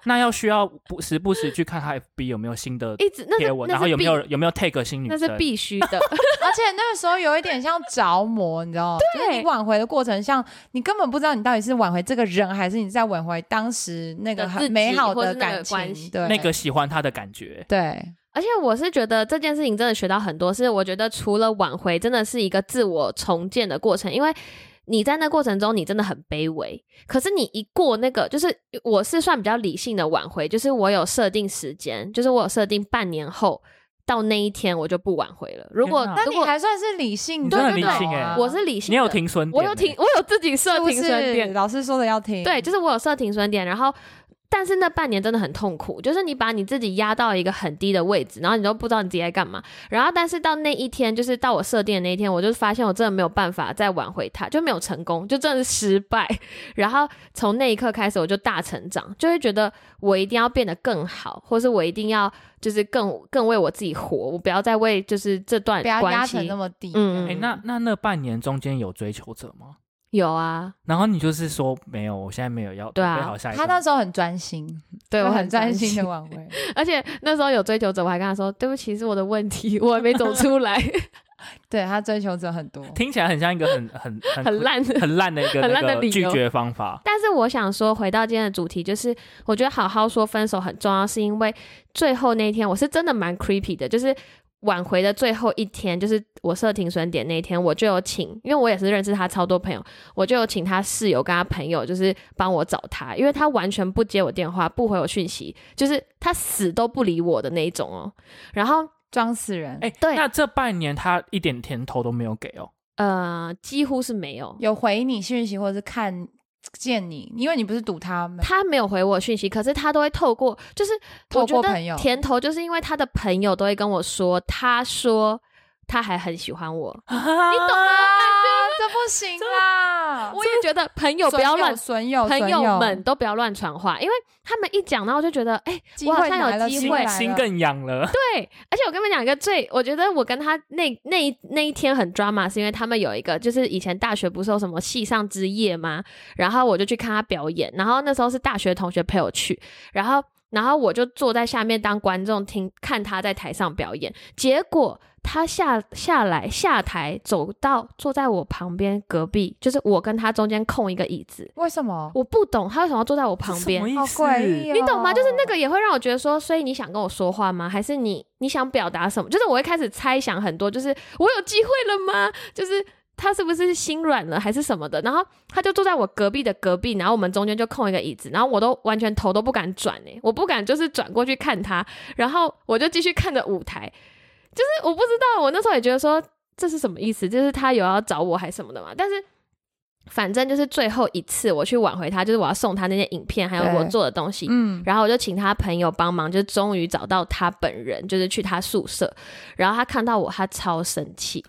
Speaker 3: 那要需要不时不时去看他 FB 有没有新的
Speaker 2: 一直那
Speaker 3: 贴
Speaker 2: 是
Speaker 3: 文，
Speaker 2: 那
Speaker 3: 然后
Speaker 2: 是
Speaker 3: 有
Speaker 2: 必
Speaker 3: 没有有没有 tag 新女
Speaker 2: 那
Speaker 3: 生，
Speaker 2: 是必须的，
Speaker 1: 而且那个时候有一点像着魔，你知道吗？
Speaker 2: 对
Speaker 1: 就是你挽回的过程，像你根本不知道你到底是挽回这个人，还是你在挽回当时那个
Speaker 2: 的自己
Speaker 1: 很美好
Speaker 2: 或是
Speaker 1: 的
Speaker 2: 那个
Speaker 1: 感
Speaker 2: 关
Speaker 1: 情
Speaker 2: 系，
Speaker 1: 对
Speaker 3: 那个喜欢他的感觉。
Speaker 1: 对，
Speaker 2: 而且我是觉得这件事情真的学到很多，是我觉得除了挽回，真的是一个自我重建的过程，因为。你在那过程中，你真的很卑微。可是你一过那个，就是我是算比较理性的挽回，就是我有设定时间，就是我有设定半年后到那一天我就不挽回了。如果
Speaker 3: 天哪
Speaker 1: 但
Speaker 2: 如
Speaker 1: 你
Speaker 2: 果
Speaker 1: 还算是理性
Speaker 3: 你
Speaker 1: 的
Speaker 3: 真
Speaker 1: 啊，
Speaker 3: 的
Speaker 2: 很理
Speaker 3: 性欸
Speaker 2: 我是理性
Speaker 3: 你
Speaker 2: 的，
Speaker 3: 有停损点
Speaker 2: 我
Speaker 3: 呢、
Speaker 2: 有停，我有自己设
Speaker 1: 是不
Speaker 2: 停损点
Speaker 1: 是，老师说的要听？
Speaker 2: 对，就是我有设停损点，然后但是那半年真的很痛苦，就是你把你自己压到一个很低的位置，然后你都不知道你自己在干嘛。然后但是到那一天，就是到我设定的那一天，我就发现我真的没有办法再挽回他，就没有成功，就真的是失败。然后从那一刻开始，我就大成长，就会觉得我一定要变得更好，或是我一定要就是更更为我自己活，我不要再为就是这段
Speaker 1: 不要
Speaker 2: 关
Speaker 1: 压成
Speaker 2: 系
Speaker 1: 那。么低。
Speaker 2: 嗯
Speaker 3: 哎、那那那半年中间有追求者吗？
Speaker 2: 有啊，
Speaker 3: 然后你就是说没有，我现在没有要
Speaker 2: 对啊
Speaker 3: 准备好下一
Speaker 1: 他
Speaker 3: 段
Speaker 1: 那时候很专心，
Speaker 2: 对我
Speaker 1: 很专
Speaker 2: 心
Speaker 1: 心的挽回。
Speaker 2: 而且那时候有追求者，我还跟他说：“对不起，是我的问题，我还没走出 来，
Speaker 1: 对他追求者很多，
Speaker 3: 听起来很像一个很很很
Speaker 2: 很烂的。
Speaker 3: 很烂 的一个
Speaker 2: 很烂的
Speaker 3: 那
Speaker 2: 理
Speaker 3: 个
Speaker 2: 由
Speaker 3: 拒绝方法”。
Speaker 2: 但是我想说，回到今天的主题，就是我觉得好好说分手很重要，是因为最后那一天我是真的蛮 creepy 的，就是挽回的最后一天，就是我设停损点那一天，我就有请，因为我也是认识他超多朋友，我就有请他室友跟他朋友，就是帮我找他，因为他完全不接我电话，不回我讯息，就是他死都不理我的那一种哦。然后
Speaker 1: 装死人。
Speaker 3: 哎、
Speaker 2: 对
Speaker 3: 那这半年他一点甜头都没有给哦。
Speaker 2: 呃，几乎是没有，
Speaker 1: 有回你讯息或者是看见你，因为你不是堵他们，
Speaker 2: 他没有回我讯息，可是他都会透过，就是我
Speaker 1: 透
Speaker 2: 觉
Speaker 1: 过
Speaker 2: 得
Speaker 1: 朋友
Speaker 2: 甜头，就是因为他的朋友都会跟我说，他说他还很喜欢我，
Speaker 3: 你懂
Speaker 1: 你懂
Speaker 3: 吗？
Speaker 1: 吗？
Speaker 3: 啊
Speaker 1: 这不行啦！
Speaker 2: 我也觉得朋友不要乱，
Speaker 1: 哦损友，损
Speaker 2: 朋
Speaker 1: 损友
Speaker 2: 友们都不要乱传话，因为他们一讲，然后我就觉得，哎、
Speaker 1: 机
Speaker 2: 我好
Speaker 1: 会
Speaker 2: 像
Speaker 1: 来
Speaker 2: 有
Speaker 1: 了，
Speaker 2: 机
Speaker 1: 机
Speaker 2: 会
Speaker 1: 会来
Speaker 3: 心
Speaker 1: 了
Speaker 3: 更痒了。
Speaker 2: 对，啊而且我跟你们讲一个最，我觉得我跟他那那一那一天很 drama，是因为他们有一个，就是以前大学不是有什么系上之夜吗？然后我就去看他表演，然后那时候是大学同学陪我去，然后然后我就坐在下面当观众听看他在台上表演，结果。他下下来下台，走到坐在我旁边隔壁，就是我跟他中间空一个椅子。
Speaker 1: 为什么？
Speaker 2: 我不懂他为什么要坐在我旁边，
Speaker 3: 什么
Speaker 1: 好
Speaker 3: 意思
Speaker 1: 诡异、哦，
Speaker 2: 你懂吗？就是那个也会让我觉得说，所以你想跟我说话吗？还是你你想表达什么？就是我会开始猜想很多，就是我有机会了吗？就是他是不是心软了还是什么的？然后他就坐在我隔壁的隔壁，然后我们中间就空一个椅子，然后我都完全头都不敢转哎、我不敢就是转过去看他，然后我就继续看着舞台，就是我不知道，我那时候也觉得说这是什么意思？就是他有要找我还是什么的嘛？但是反正就是最后一次我去挽回他，就是我要送他那些影片，还有
Speaker 1: 对
Speaker 2: 我做的东西。
Speaker 1: 嗯，
Speaker 2: 然后我就请他朋友帮忙，就是终于找到他本人，就是去他宿舍。然后他看到我，他超生 气，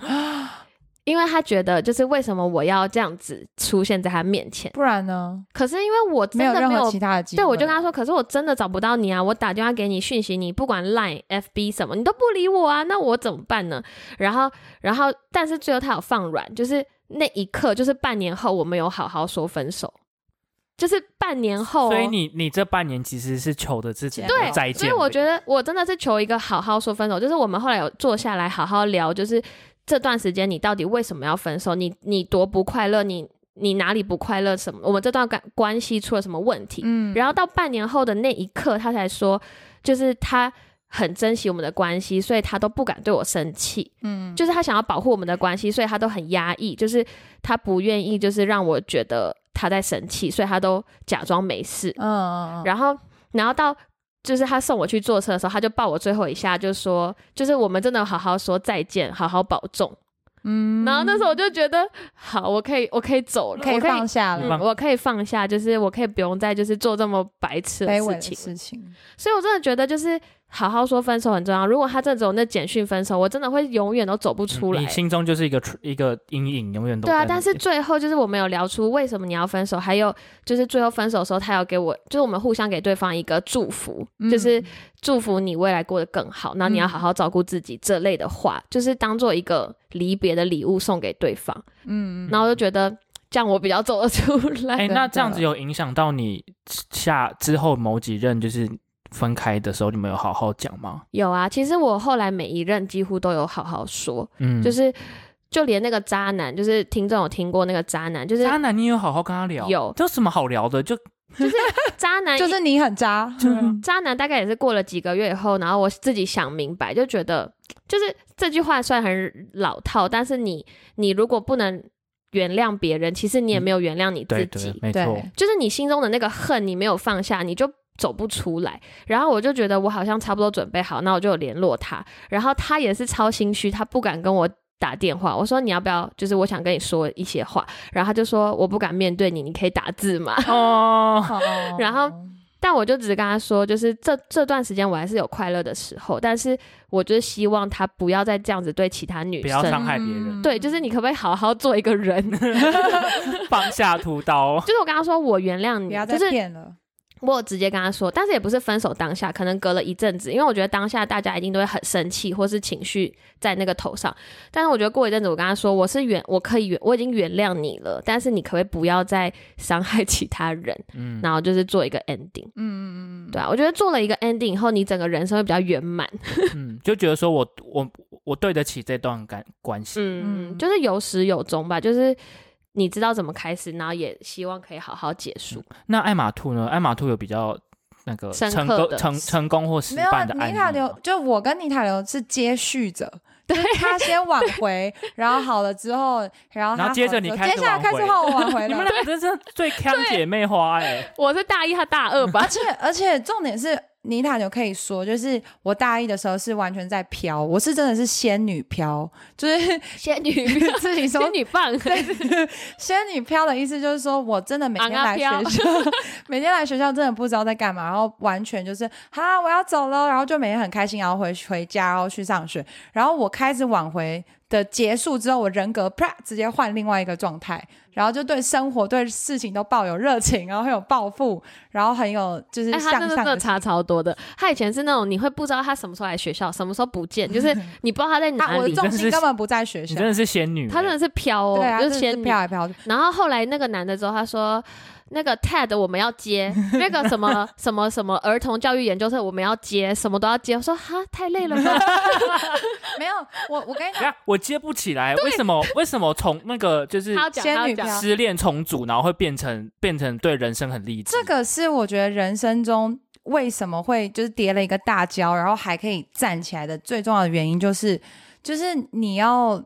Speaker 2: 因为他觉得就是为什么我要这样子出现在他面前？
Speaker 1: 不然呢？
Speaker 2: 可是因为我真
Speaker 1: 没有
Speaker 2: 的
Speaker 1: 任
Speaker 2: 没有
Speaker 1: 何其他的机会。
Speaker 2: 对，我就跟他说，可是我真的找不到你啊！我打电话给你，讯息你，不管 Line、FB 什么，你都不理我啊，那我怎么办呢？然后，然后，但是最后他有放软，就是那一刻，就是半年后，我们有好好说分手，就是半年后、哦，
Speaker 3: 所以你你这半年其实是求的自己
Speaker 1: 对
Speaker 3: 的再
Speaker 2: 所
Speaker 3: 见而已，
Speaker 2: 以我觉得我真的是求一个好好说分手，就是我们后来有坐下来好好聊，就是这段时间你到底为什么要分手？你你多不快乐？你你哪里不快乐什么，我们这段感关系出了什么问题，
Speaker 1: 嗯
Speaker 2: 然后到半年后的那一刻，他才说，就是他很珍惜我们的关系，所以他都不敢对我生气，
Speaker 1: 嗯
Speaker 2: 就是他想要保护我们的关系，所以他都很压抑，就是他不愿意就是让我觉得他在生气，所以他都假装没事。
Speaker 1: 嗯，
Speaker 2: 然后，然后到就是他送我去坐车的时候，他就抱我最后一下，就说就是我们真的好好说再见，好好保重。
Speaker 1: 嗯
Speaker 2: 然后那时候我就觉得好，我可以，我可以走了，
Speaker 1: 可以
Speaker 2: 我可以
Speaker 1: 放下了
Speaker 3: 放
Speaker 2: 嗯，我可以放下，就是我可以不用再就是做这么白痴的
Speaker 1: 卑微
Speaker 2: 事
Speaker 1: 的
Speaker 2: 情。
Speaker 1: 事情，
Speaker 2: 所以我真的觉得就是好好说分手很重要。如果他真的只有那简讯分手，我真的会永远都走不出来。
Speaker 3: 嗯你心中就是一个 tr- 一个阴影，永远都
Speaker 2: 对啊，
Speaker 3: 在那
Speaker 2: 但是
Speaker 3: 边
Speaker 2: 最后就是我们有聊出为什么你要分手，还有就是最后分手的时候，他有给我，就是我们互相给对方一个祝福，
Speaker 1: 嗯
Speaker 2: 就是祝福你未来过得更好，然后你要
Speaker 1: 嗯
Speaker 2: 好好照顾自己这类的话，就是当做一个离别的礼物送给对方。
Speaker 1: 嗯嗯
Speaker 2: 然后我就觉得这样我比较走得出来。
Speaker 3: 哎、
Speaker 1: 真
Speaker 3: 那这样子
Speaker 1: 的
Speaker 3: 有影响到你下之后某几任就是分开的时候，你们有好好讲吗？
Speaker 2: 有啊，其实我后来每一任几乎都有好好说，
Speaker 3: 嗯，
Speaker 2: 就是就连那个渣男，就是听众有听过那个渣男，就是啊
Speaker 3: 渣男，你有好好跟他聊？
Speaker 2: 有
Speaker 3: 这有什么好聊的？就
Speaker 2: 渣男，
Speaker 1: 就是你很渣，
Speaker 2: 渣男，大概也是过了几个月以后，然后我自己想明白，就觉得就是这句话虽然很老套，但是你你如果不能原谅别人，其实你也没有原谅你自
Speaker 3: 嗯对
Speaker 2: 己，
Speaker 3: 对，没 错，
Speaker 1: 对，
Speaker 2: 就是你心中的那个恨，你没有放下，你就走不出来。然后我就觉得我好像差不多准备好，那我就有联络他，然后他也是超心虚，他不敢跟我。打电话，我说你要不要？就是我想跟你说一些话，然后他就说我不敢面对你，你可以打字吗？
Speaker 3: 哦，
Speaker 1: 哦
Speaker 2: 然后但我就只是跟他说，就是这这段时间我还是有快乐的时候，但是我就是希望他不要再这样子对其他女
Speaker 3: 不要
Speaker 2: 生。
Speaker 3: 伤害别人，
Speaker 2: 对，
Speaker 1: 嗯
Speaker 2: 就是你可不可以好好做一个人？ 就
Speaker 3: 放下屠 刀。
Speaker 2: 是我跟他说我原谅
Speaker 1: 不
Speaker 2: 你
Speaker 1: 要，再
Speaker 2: 就是
Speaker 1: 骗了，
Speaker 2: 我有直接跟他说，但是也不是分手当下，可能隔了一阵子，因为我觉得当下大家一定都会很生气，或是情绪在那个头上。但是我觉得过一阵子，我跟他说，我是原，我可以原，我已经原谅你了，但是你可不可以不要再伤害其他人？
Speaker 3: 嗯，
Speaker 2: 然后就是做一个 ending，
Speaker 1: 嗯嗯嗯，
Speaker 2: 对啊，我觉得做了一个 ending 以后，你整个人生会比较圆满。
Speaker 3: 嗯，就觉得说我我我对得起这段感关系。
Speaker 2: 嗯，
Speaker 1: 嗯
Speaker 2: 就是有始有终吧，就是你知道怎么开始，然后也希望可以好好结束。
Speaker 3: 那艾玛兔呢？艾玛兔有比较那个
Speaker 2: 嗯深刻
Speaker 3: 成功
Speaker 2: 的
Speaker 3: 成成功或失
Speaker 1: 没有啊
Speaker 3: 败的案
Speaker 1: 尼
Speaker 3: 例
Speaker 1: 塔
Speaker 3: 吗
Speaker 1: 流，就我跟尼塔流是接续 者。就是他先挽回，然后好了之后，然后
Speaker 3: 然
Speaker 1: 他
Speaker 3: 后接
Speaker 1: 好
Speaker 3: 着
Speaker 1: 了
Speaker 3: 你
Speaker 1: 之后
Speaker 3: 开始
Speaker 1: 接下来开始
Speaker 3: 挽回
Speaker 1: 换我 挽回了。
Speaker 3: 你们俩真是最坑姐妹花哎！
Speaker 2: 我是大一，他大二吧
Speaker 1: 而。且而且重点是，妮塔牛可以说，就是我大一的时候是完全在飘，我是真的是仙女飘，就是
Speaker 2: 仙女，
Speaker 1: 自己说
Speaker 2: 仙女 棒，
Speaker 1: 仙女飘的意思就是说我真的每天
Speaker 2: 昂啊
Speaker 1: 来
Speaker 2: 飘
Speaker 1: 学校， 每天来学校真的不知道在干嘛，然后完全就是哈我要走了，然后就每天很开心，然后回回家，然后去上学，然后我开始挽回的结束之后，我人格啪直接换另外一个状态，然后就对生活对事情都抱有热情，然后很有抱负，然后很有就是
Speaker 2: 哎、
Speaker 1: 向
Speaker 2: 他
Speaker 1: 上
Speaker 2: 真
Speaker 1: 的
Speaker 2: 的
Speaker 1: 精
Speaker 2: 真
Speaker 1: 神
Speaker 2: 的差超多的。他以前是那种你会不知道他什么时候来学校，什么时候不 见，就是你不知道他在
Speaker 1: 啊，
Speaker 2: 哪
Speaker 1: 我的
Speaker 2: 里。
Speaker 1: 重
Speaker 3: 真
Speaker 1: 心
Speaker 3: 是
Speaker 1: 根本不在学
Speaker 3: 你
Speaker 1: 校
Speaker 3: 真。的是仙女欸，
Speaker 2: 他真的是飘哦，
Speaker 1: 对啊，
Speaker 2: 就
Speaker 1: 真的
Speaker 2: 仙女
Speaker 1: 飘。来飘去，
Speaker 2: 然后后来那个男的之后，他说那个 TED 我们要接，那个 什么什么什么儿童教育研究社我们要接，什么都要接。我说哈，太累了吧。
Speaker 1: 没有我，我跟你
Speaker 3: 等一下我接不起来，为什么？为什么从那个就是
Speaker 2: 他要讲，
Speaker 1: 仙
Speaker 2: 他要
Speaker 1: 女
Speaker 2: 讲
Speaker 1: 飘。
Speaker 3: 失恋重组，然后会变成变成对人生很励志？
Speaker 1: 这个是我觉得人生中为什么会就是跌了一个大跤，然后还可以站起来的最重要的原因，就是就是你要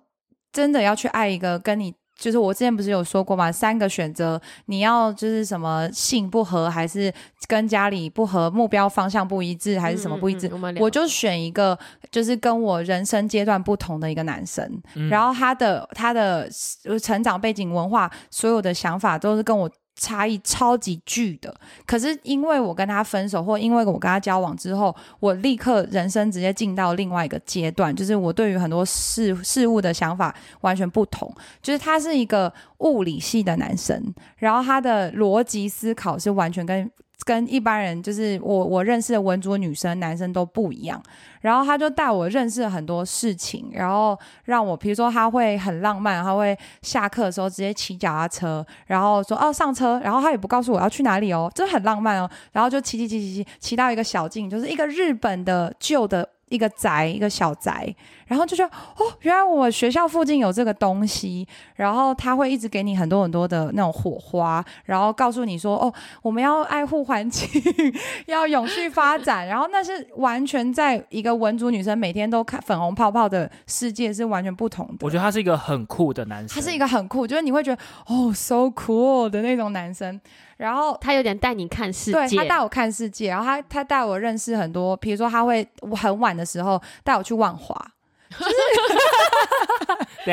Speaker 1: 真的要去爱一个跟你。就是我之前不是有说过嘛，三个选择，你要就是什么性不合，还是跟家里不合，目标方向不一致，还是什么不一致
Speaker 2: 嗯嗯？嗯我们
Speaker 1: 我
Speaker 2: 我
Speaker 1: 就选一个就是跟我人生阶段不同的一个男生，
Speaker 3: 嗯
Speaker 1: 然后他的他的呃成长背景、文化，所有的想法都是跟我。差异超级巨的，可是因为我跟他分手，或因为我跟他交往之后，我立刻人生直接进到另外一个阶段，就是我对于很多事事物的想法完全不同。就是他是一个物理系的男生，然后他的逻辑思考是完全跟跟一般人，就是我我认识的文族女生、男生都不一样。然后他就带我认识了很多事情，然后让我，比如说他会很浪漫，他会下课的时候直接骑脚踏车，然后说哦上车，然后他也不告诉我要去哪里哦，这很浪漫哦。然后就骑骑骑骑骑骑到一个小径，就是一个日本的旧的一个宅，一个小宅，然后就觉得哦，原来我学校附近有这个东西，然后他会一直给你很多很多的那种火花，然后告诉你说哦，我们要爱护环境， 要永续发展，然后那是完全在一个文族女生每天都看粉红泡泡的世界是完全不同的。
Speaker 3: 我觉得他是一个很酷的男生，
Speaker 1: 他是一个很酷，就是你会觉得哦，so cool 的那种男生。然后
Speaker 2: 他有点带你看世
Speaker 1: 对
Speaker 2: 界，
Speaker 1: 他带我看世界，然后他他带我认识很多，比如说他会很晚的时候带我去万华，
Speaker 3: 对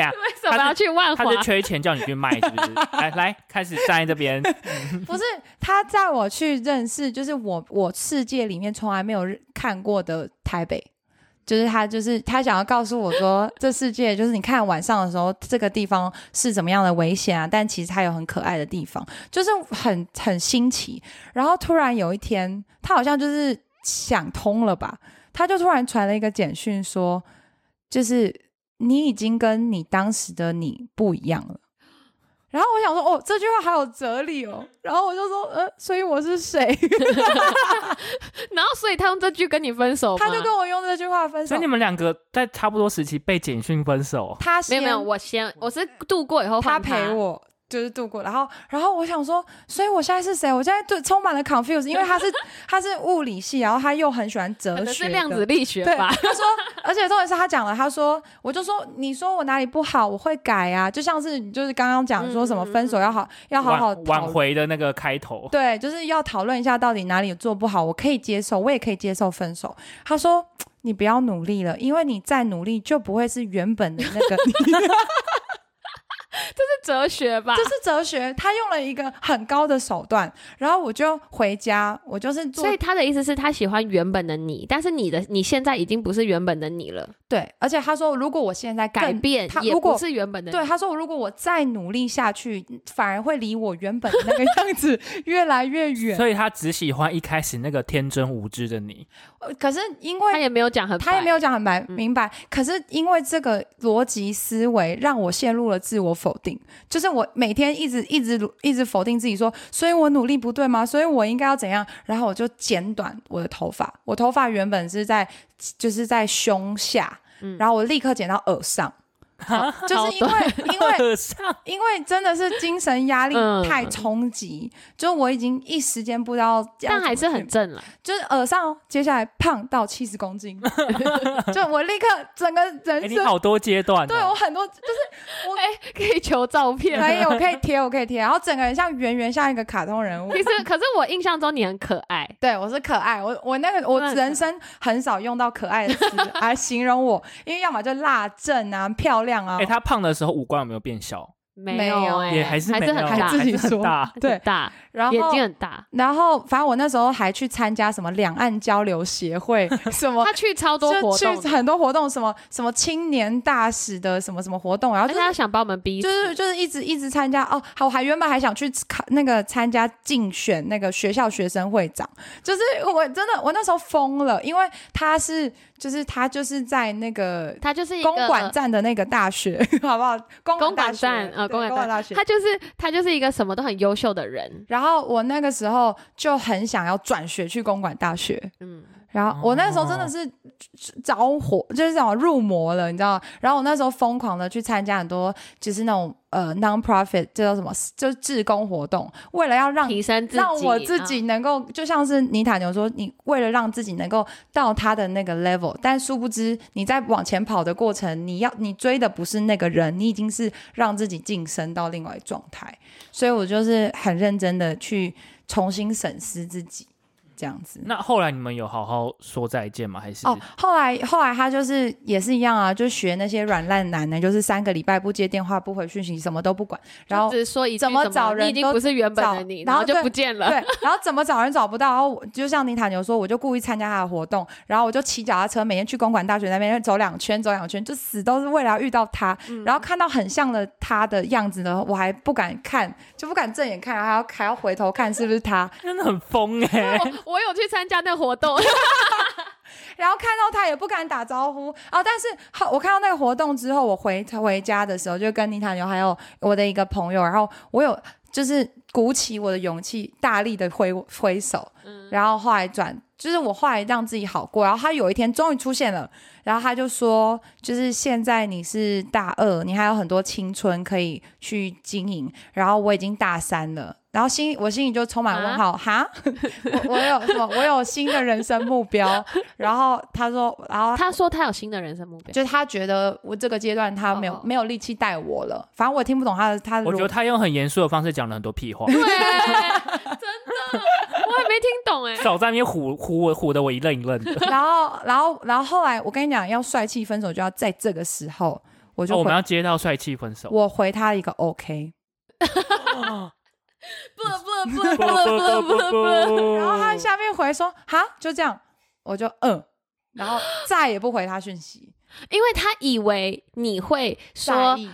Speaker 3: 啊，
Speaker 2: 为什么要去万华
Speaker 3: 他？是缺钱叫你去卖，是不是？来来，开始站在这边，
Speaker 1: 不是他带我去认识，就是我我世界里面从来没有看过的台北。就是他，就是他想要告诉我说，这世界就是你看晚上的时候，这个地方是怎么样的危险啊？但其实它有很可爱的地方，就是很很新奇。然后突然有一天，他好像就是想通了吧，他就突然传了一个简讯说，就是你已经跟你当时的你不一样了。然后我想说，哦，这句话好有哲理哦。然后我就说，呃，所以我是 谁？
Speaker 2: 然后所以他用这句跟你分手吗？
Speaker 1: 他就跟我用这句话分手
Speaker 3: 所以。你们两个在差不多时期被简讯分手，
Speaker 1: 他
Speaker 2: 没
Speaker 1: 先
Speaker 2: 有没有，我先我是度过以后
Speaker 1: 他
Speaker 2: 换
Speaker 1: 陪我就是度过，然后然后我想说，所以我现在是谁？我现在就充满了 confuse，因为他是 他是物理系，然后他又很喜欢
Speaker 2: 可
Speaker 1: 哲
Speaker 2: 能
Speaker 1: 学
Speaker 2: 是
Speaker 1: 的，
Speaker 2: 量子力学
Speaker 1: 对，
Speaker 2: 吧。
Speaker 1: 他说，而且重点是他讲了，他说，我就说，你说我哪里不好，我会改啊，就像是你就是刚刚讲说什
Speaker 2: 嗯
Speaker 1: 么分手要好、要啊好好
Speaker 3: 挽
Speaker 1: 讨
Speaker 3: 挽
Speaker 1: 论
Speaker 3: 回的那个开头，
Speaker 1: 对，就是要讨论一下到底哪里做不好，我可以接受，我也可以接受分手。他说。你不要努力了，因为你再努力就不会是原本的那 个你。
Speaker 2: 是哲学吧
Speaker 1: 这？是哲学，他用了一个很高的手段，然后我就回家，我就是做
Speaker 2: 所以他的意思是他喜欢原本的你，但是你的你现在已经不是原本的你了，
Speaker 1: 对，而且他说如果我现在更
Speaker 2: 改变
Speaker 1: 他
Speaker 2: 也
Speaker 1: 如
Speaker 2: 不
Speaker 1: 果
Speaker 2: 是原本的你。
Speaker 1: 对，他说如果我再努力下去，反而会离我原本的那个 样子越来越远。
Speaker 3: 所以他只喜欢一开始那个天真无知的你，
Speaker 1: 呃可是因
Speaker 2: 他
Speaker 1: 为
Speaker 2: 也没有讲很白，
Speaker 1: 他也没有讲很白
Speaker 2: 嗯
Speaker 1: 明白，可是因为这个逻辑思维让我陷入了自我否定，就是我每天一直一直一直否定自己说，所以我努力不对吗？所以我应该要怎样？然后我就剪短我的头发，我头发原本是在就是在胸下，
Speaker 2: 嗯
Speaker 1: 然后我立刻剪到耳 上，就是因为因为
Speaker 3: 二上
Speaker 1: 因为真的是精神压力
Speaker 2: 嗯
Speaker 1: 太冲击，就我已经一时间不知道要怎么去，
Speaker 2: 但还是很正啊了。
Speaker 1: 就是耳上哦接下来胖到七十公 斤，就我立刻整个
Speaker 3: 哎，
Speaker 1: 人
Speaker 3: 你
Speaker 1: 生，
Speaker 3: 好多阶段哦，
Speaker 1: 对我很多就是我
Speaker 2: 哎，可以求照片。啊
Speaker 1: 可以，我可以贴，我可以贴，然后整个人像圆圆像一个卡通人物
Speaker 2: 其。实，可是我印象中你很可爱，
Speaker 1: 对，我是可爱，我我那个我
Speaker 2: 真的很可爱
Speaker 1: 人生很少用到可爱的词 来形容我，因为要么就辣正啊、漂亮啊
Speaker 3: 哎，，他胖的时候五官有没有变小？
Speaker 2: 没
Speaker 1: 没有
Speaker 2: 哎，
Speaker 3: 也还是
Speaker 2: 还
Speaker 3: 没
Speaker 2: 是
Speaker 3: 有，
Speaker 2: 很
Speaker 1: 还
Speaker 2: 大，
Speaker 1: 自己
Speaker 3: 还是很
Speaker 1: 说
Speaker 3: 大。
Speaker 1: 对
Speaker 2: 很大，
Speaker 1: 然后
Speaker 2: 眼睛很大。
Speaker 1: 然后反正我那时候还去参加什么两岸交流协 会什么。
Speaker 2: 他去超多活
Speaker 1: 就
Speaker 2: 动
Speaker 1: 去
Speaker 2: 的，
Speaker 1: 很多活动，什么什么青年大使的什么什么活动，然后
Speaker 2: 而
Speaker 1: 就
Speaker 2: 且
Speaker 1: 是
Speaker 2: 他想把我们逼死，
Speaker 1: 就是就是一直一直参加哦，好，我还原本还想去考那个参加竞选那个学校学生会长，就是我真的我那时候疯了，因为他是就是他就是在那个
Speaker 2: 他就是一个
Speaker 1: 公馆站的那个大学， 好不好？公
Speaker 2: 公
Speaker 1: 大
Speaker 2: 馆
Speaker 1: 学
Speaker 2: 站啊，呃
Speaker 1: 对
Speaker 2: 公馆
Speaker 1: 馆大
Speaker 2: 站
Speaker 1: 学，
Speaker 2: 他。就是他就是一个什么都很优秀的人，
Speaker 1: 然后我那个时候就很想要转学去公馆大学，
Speaker 2: 嗯，
Speaker 1: 然后我那时候真的是着火，就是想入魔了，你知道吗？然后我那时候疯狂的去参加很多就是那种呃 non-profit，这叫什么？就是志工活动，为了要让
Speaker 2: 提升自己，
Speaker 1: 让我自
Speaker 2: 啊
Speaker 1: 己能够，就像是尼塔牛说，你为了让自己能够到他的那个 level，但殊不知你在往前跑的过程，你要你追的不是那个人，你已经是让自己晋升到另外一个状态。所以我就是很认真的去重新审视自己，这样子。
Speaker 3: 那后来你们有好好说再见吗？还是
Speaker 1: 哦，后来后来他就是也是一样啊，就学那些软烂男呢，就是三个礼拜不接电话、不回讯息，什么都不管，然后
Speaker 2: 就只说一句
Speaker 1: 怎么
Speaker 2: 什
Speaker 1: 找人
Speaker 2: 你已经
Speaker 1: 都
Speaker 2: 不是原本的你，
Speaker 1: 找然后
Speaker 2: 后就
Speaker 1: 对
Speaker 2: 不见 了。
Speaker 1: 对，然后怎么找人找不到，然后我就像尼塔牛说，我就故意参加他的活动，然后我就骑脚踏车，每天去公馆大学那边走两圈，走两圈，就死都是为了要遇到他，然后看到很像的他的样子呢，我还不敢看，就不敢正眼看，还要还要回头看是不是他，
Speaker 3: 真的很 疯哎、
Speaker 2: 我我有去参加那活动，
Speaker 1: 然后看到他也不敢打招呼哦。但是后我看到那个活动之后，我回回家的时候，就跟妮塔牛还有我的一个朋友，然后我有就是鼓起我的勇气，大力的挥挥手，然后后来转就是我后来让自己好过，然后他有一天终于出现了，然后他就说，就是现在你是大二，你还有很多青春可以去经营，然后我已经大三了，然后心我心里就充满问号，哈， 我我有什么？我有新的人生目标，然后他说，然后
Speaker 2: 他说他有新的人生目标，
Speaker 1: 就是他觉得我这个阶段他没有、
Speaker 2: 哦哦
Speaker 1: 没有力气带我了，反正我也听不懂他的他的
Speaker 3: 我
Speaker 1: 逻
Speaker 3: 觉得他用很严肃的方式讲了很多
Speaker 2: ，
Speaker 3: 屁话
Speaker 2: 对，真的，我还没听懂哎、
Speaker 3: 少在那边唬唬我，唬得我一愣一愣的。
Speaker 1: 然后，然后，然后后来，我跟你讲，要帅气分手就要在这个时候，我
Speaker 3: 哦
Speaker 1: 就
Speaker 3: 我
Speaker 1: 回、
Speaker 3: 们要接到帅气分手，
Speaker 1: 我回他一个 OK，
Speaker 2: 不不不不不不不，
Speaker 1: 然后他下面回说哈就这样，我就嗯，然后再也不回他讯息，
Speaker 2: 因为他以为你会
Speaker 1: 在
Speaker 2: 说
Speaker 1: 意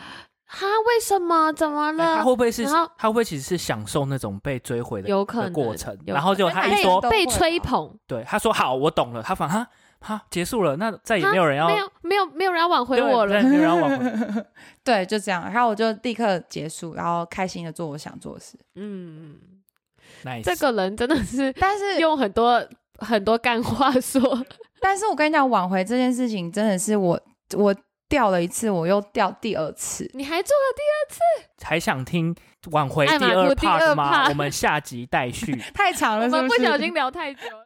Speaker 2: 哈，为什么？怎么
Speaker 3: 哎他
Speaker 2: 了？
Speaker 3: 会不会是
Speaker 2: 然后
Speaker 3: 他会不会其实是享受那种被追回的
Speaker 2: 有可能
Speaker 3: 的过程？
Speaker 2: 有
Speaker 3: 然后结果
Speaker 1: 可能
Speaker 3: 他
Speaker 1: 因为
Speaker 3: 一
Speaker 1: 他
Speaker 3: 说
Speaker 1: 都会
Speaker 2: 哎被
Speaker 1: 吧
Speaker 2: 吹捧，
Speaker 3: 对，他说好，我懂了。他反哈哈结束了，那再也
Speaker 2: 哈
Speaker 3: 没有人要
Speaker 2: 没有没有没有人要挽回
Speaker 3: 对
Speaker 2: 我了
Speaker 3: 再也。没有人要挽 回。
Speaker 1: 对，就这样，然后我就立刻结束，然后开心的做我想做的事。
Speaker 2: 嗯，
Speaker 3: nice
Speaker 2: 这个人真的是
Speaker 1: 但是，
Speaker 2: 用很多很多干话说，
Speaker 1: 但是我跟你讲，挽回这件事情真的是我我掉了一次，我又掉第二次。
Speaker 2: 你还做了第
Speaker 3: 还想听挽回
Speaker 2: 艾
Speaker 3: 第
Speaker 2: 玛
Speaker 3: 二
Speaker 2: 哭第二
Speaker 3: part 吗？
Speaker 2: part
Speaker 3: 我们下集待续。
Speaker 1: 太长了，
Speaker 2: 二，
Speaker 1: 是
Speaker 2: 我们
Speaker 1: 不
Speaker 2: 不
Speaker 1: 是？
Speaker 2: 小心聊太久了。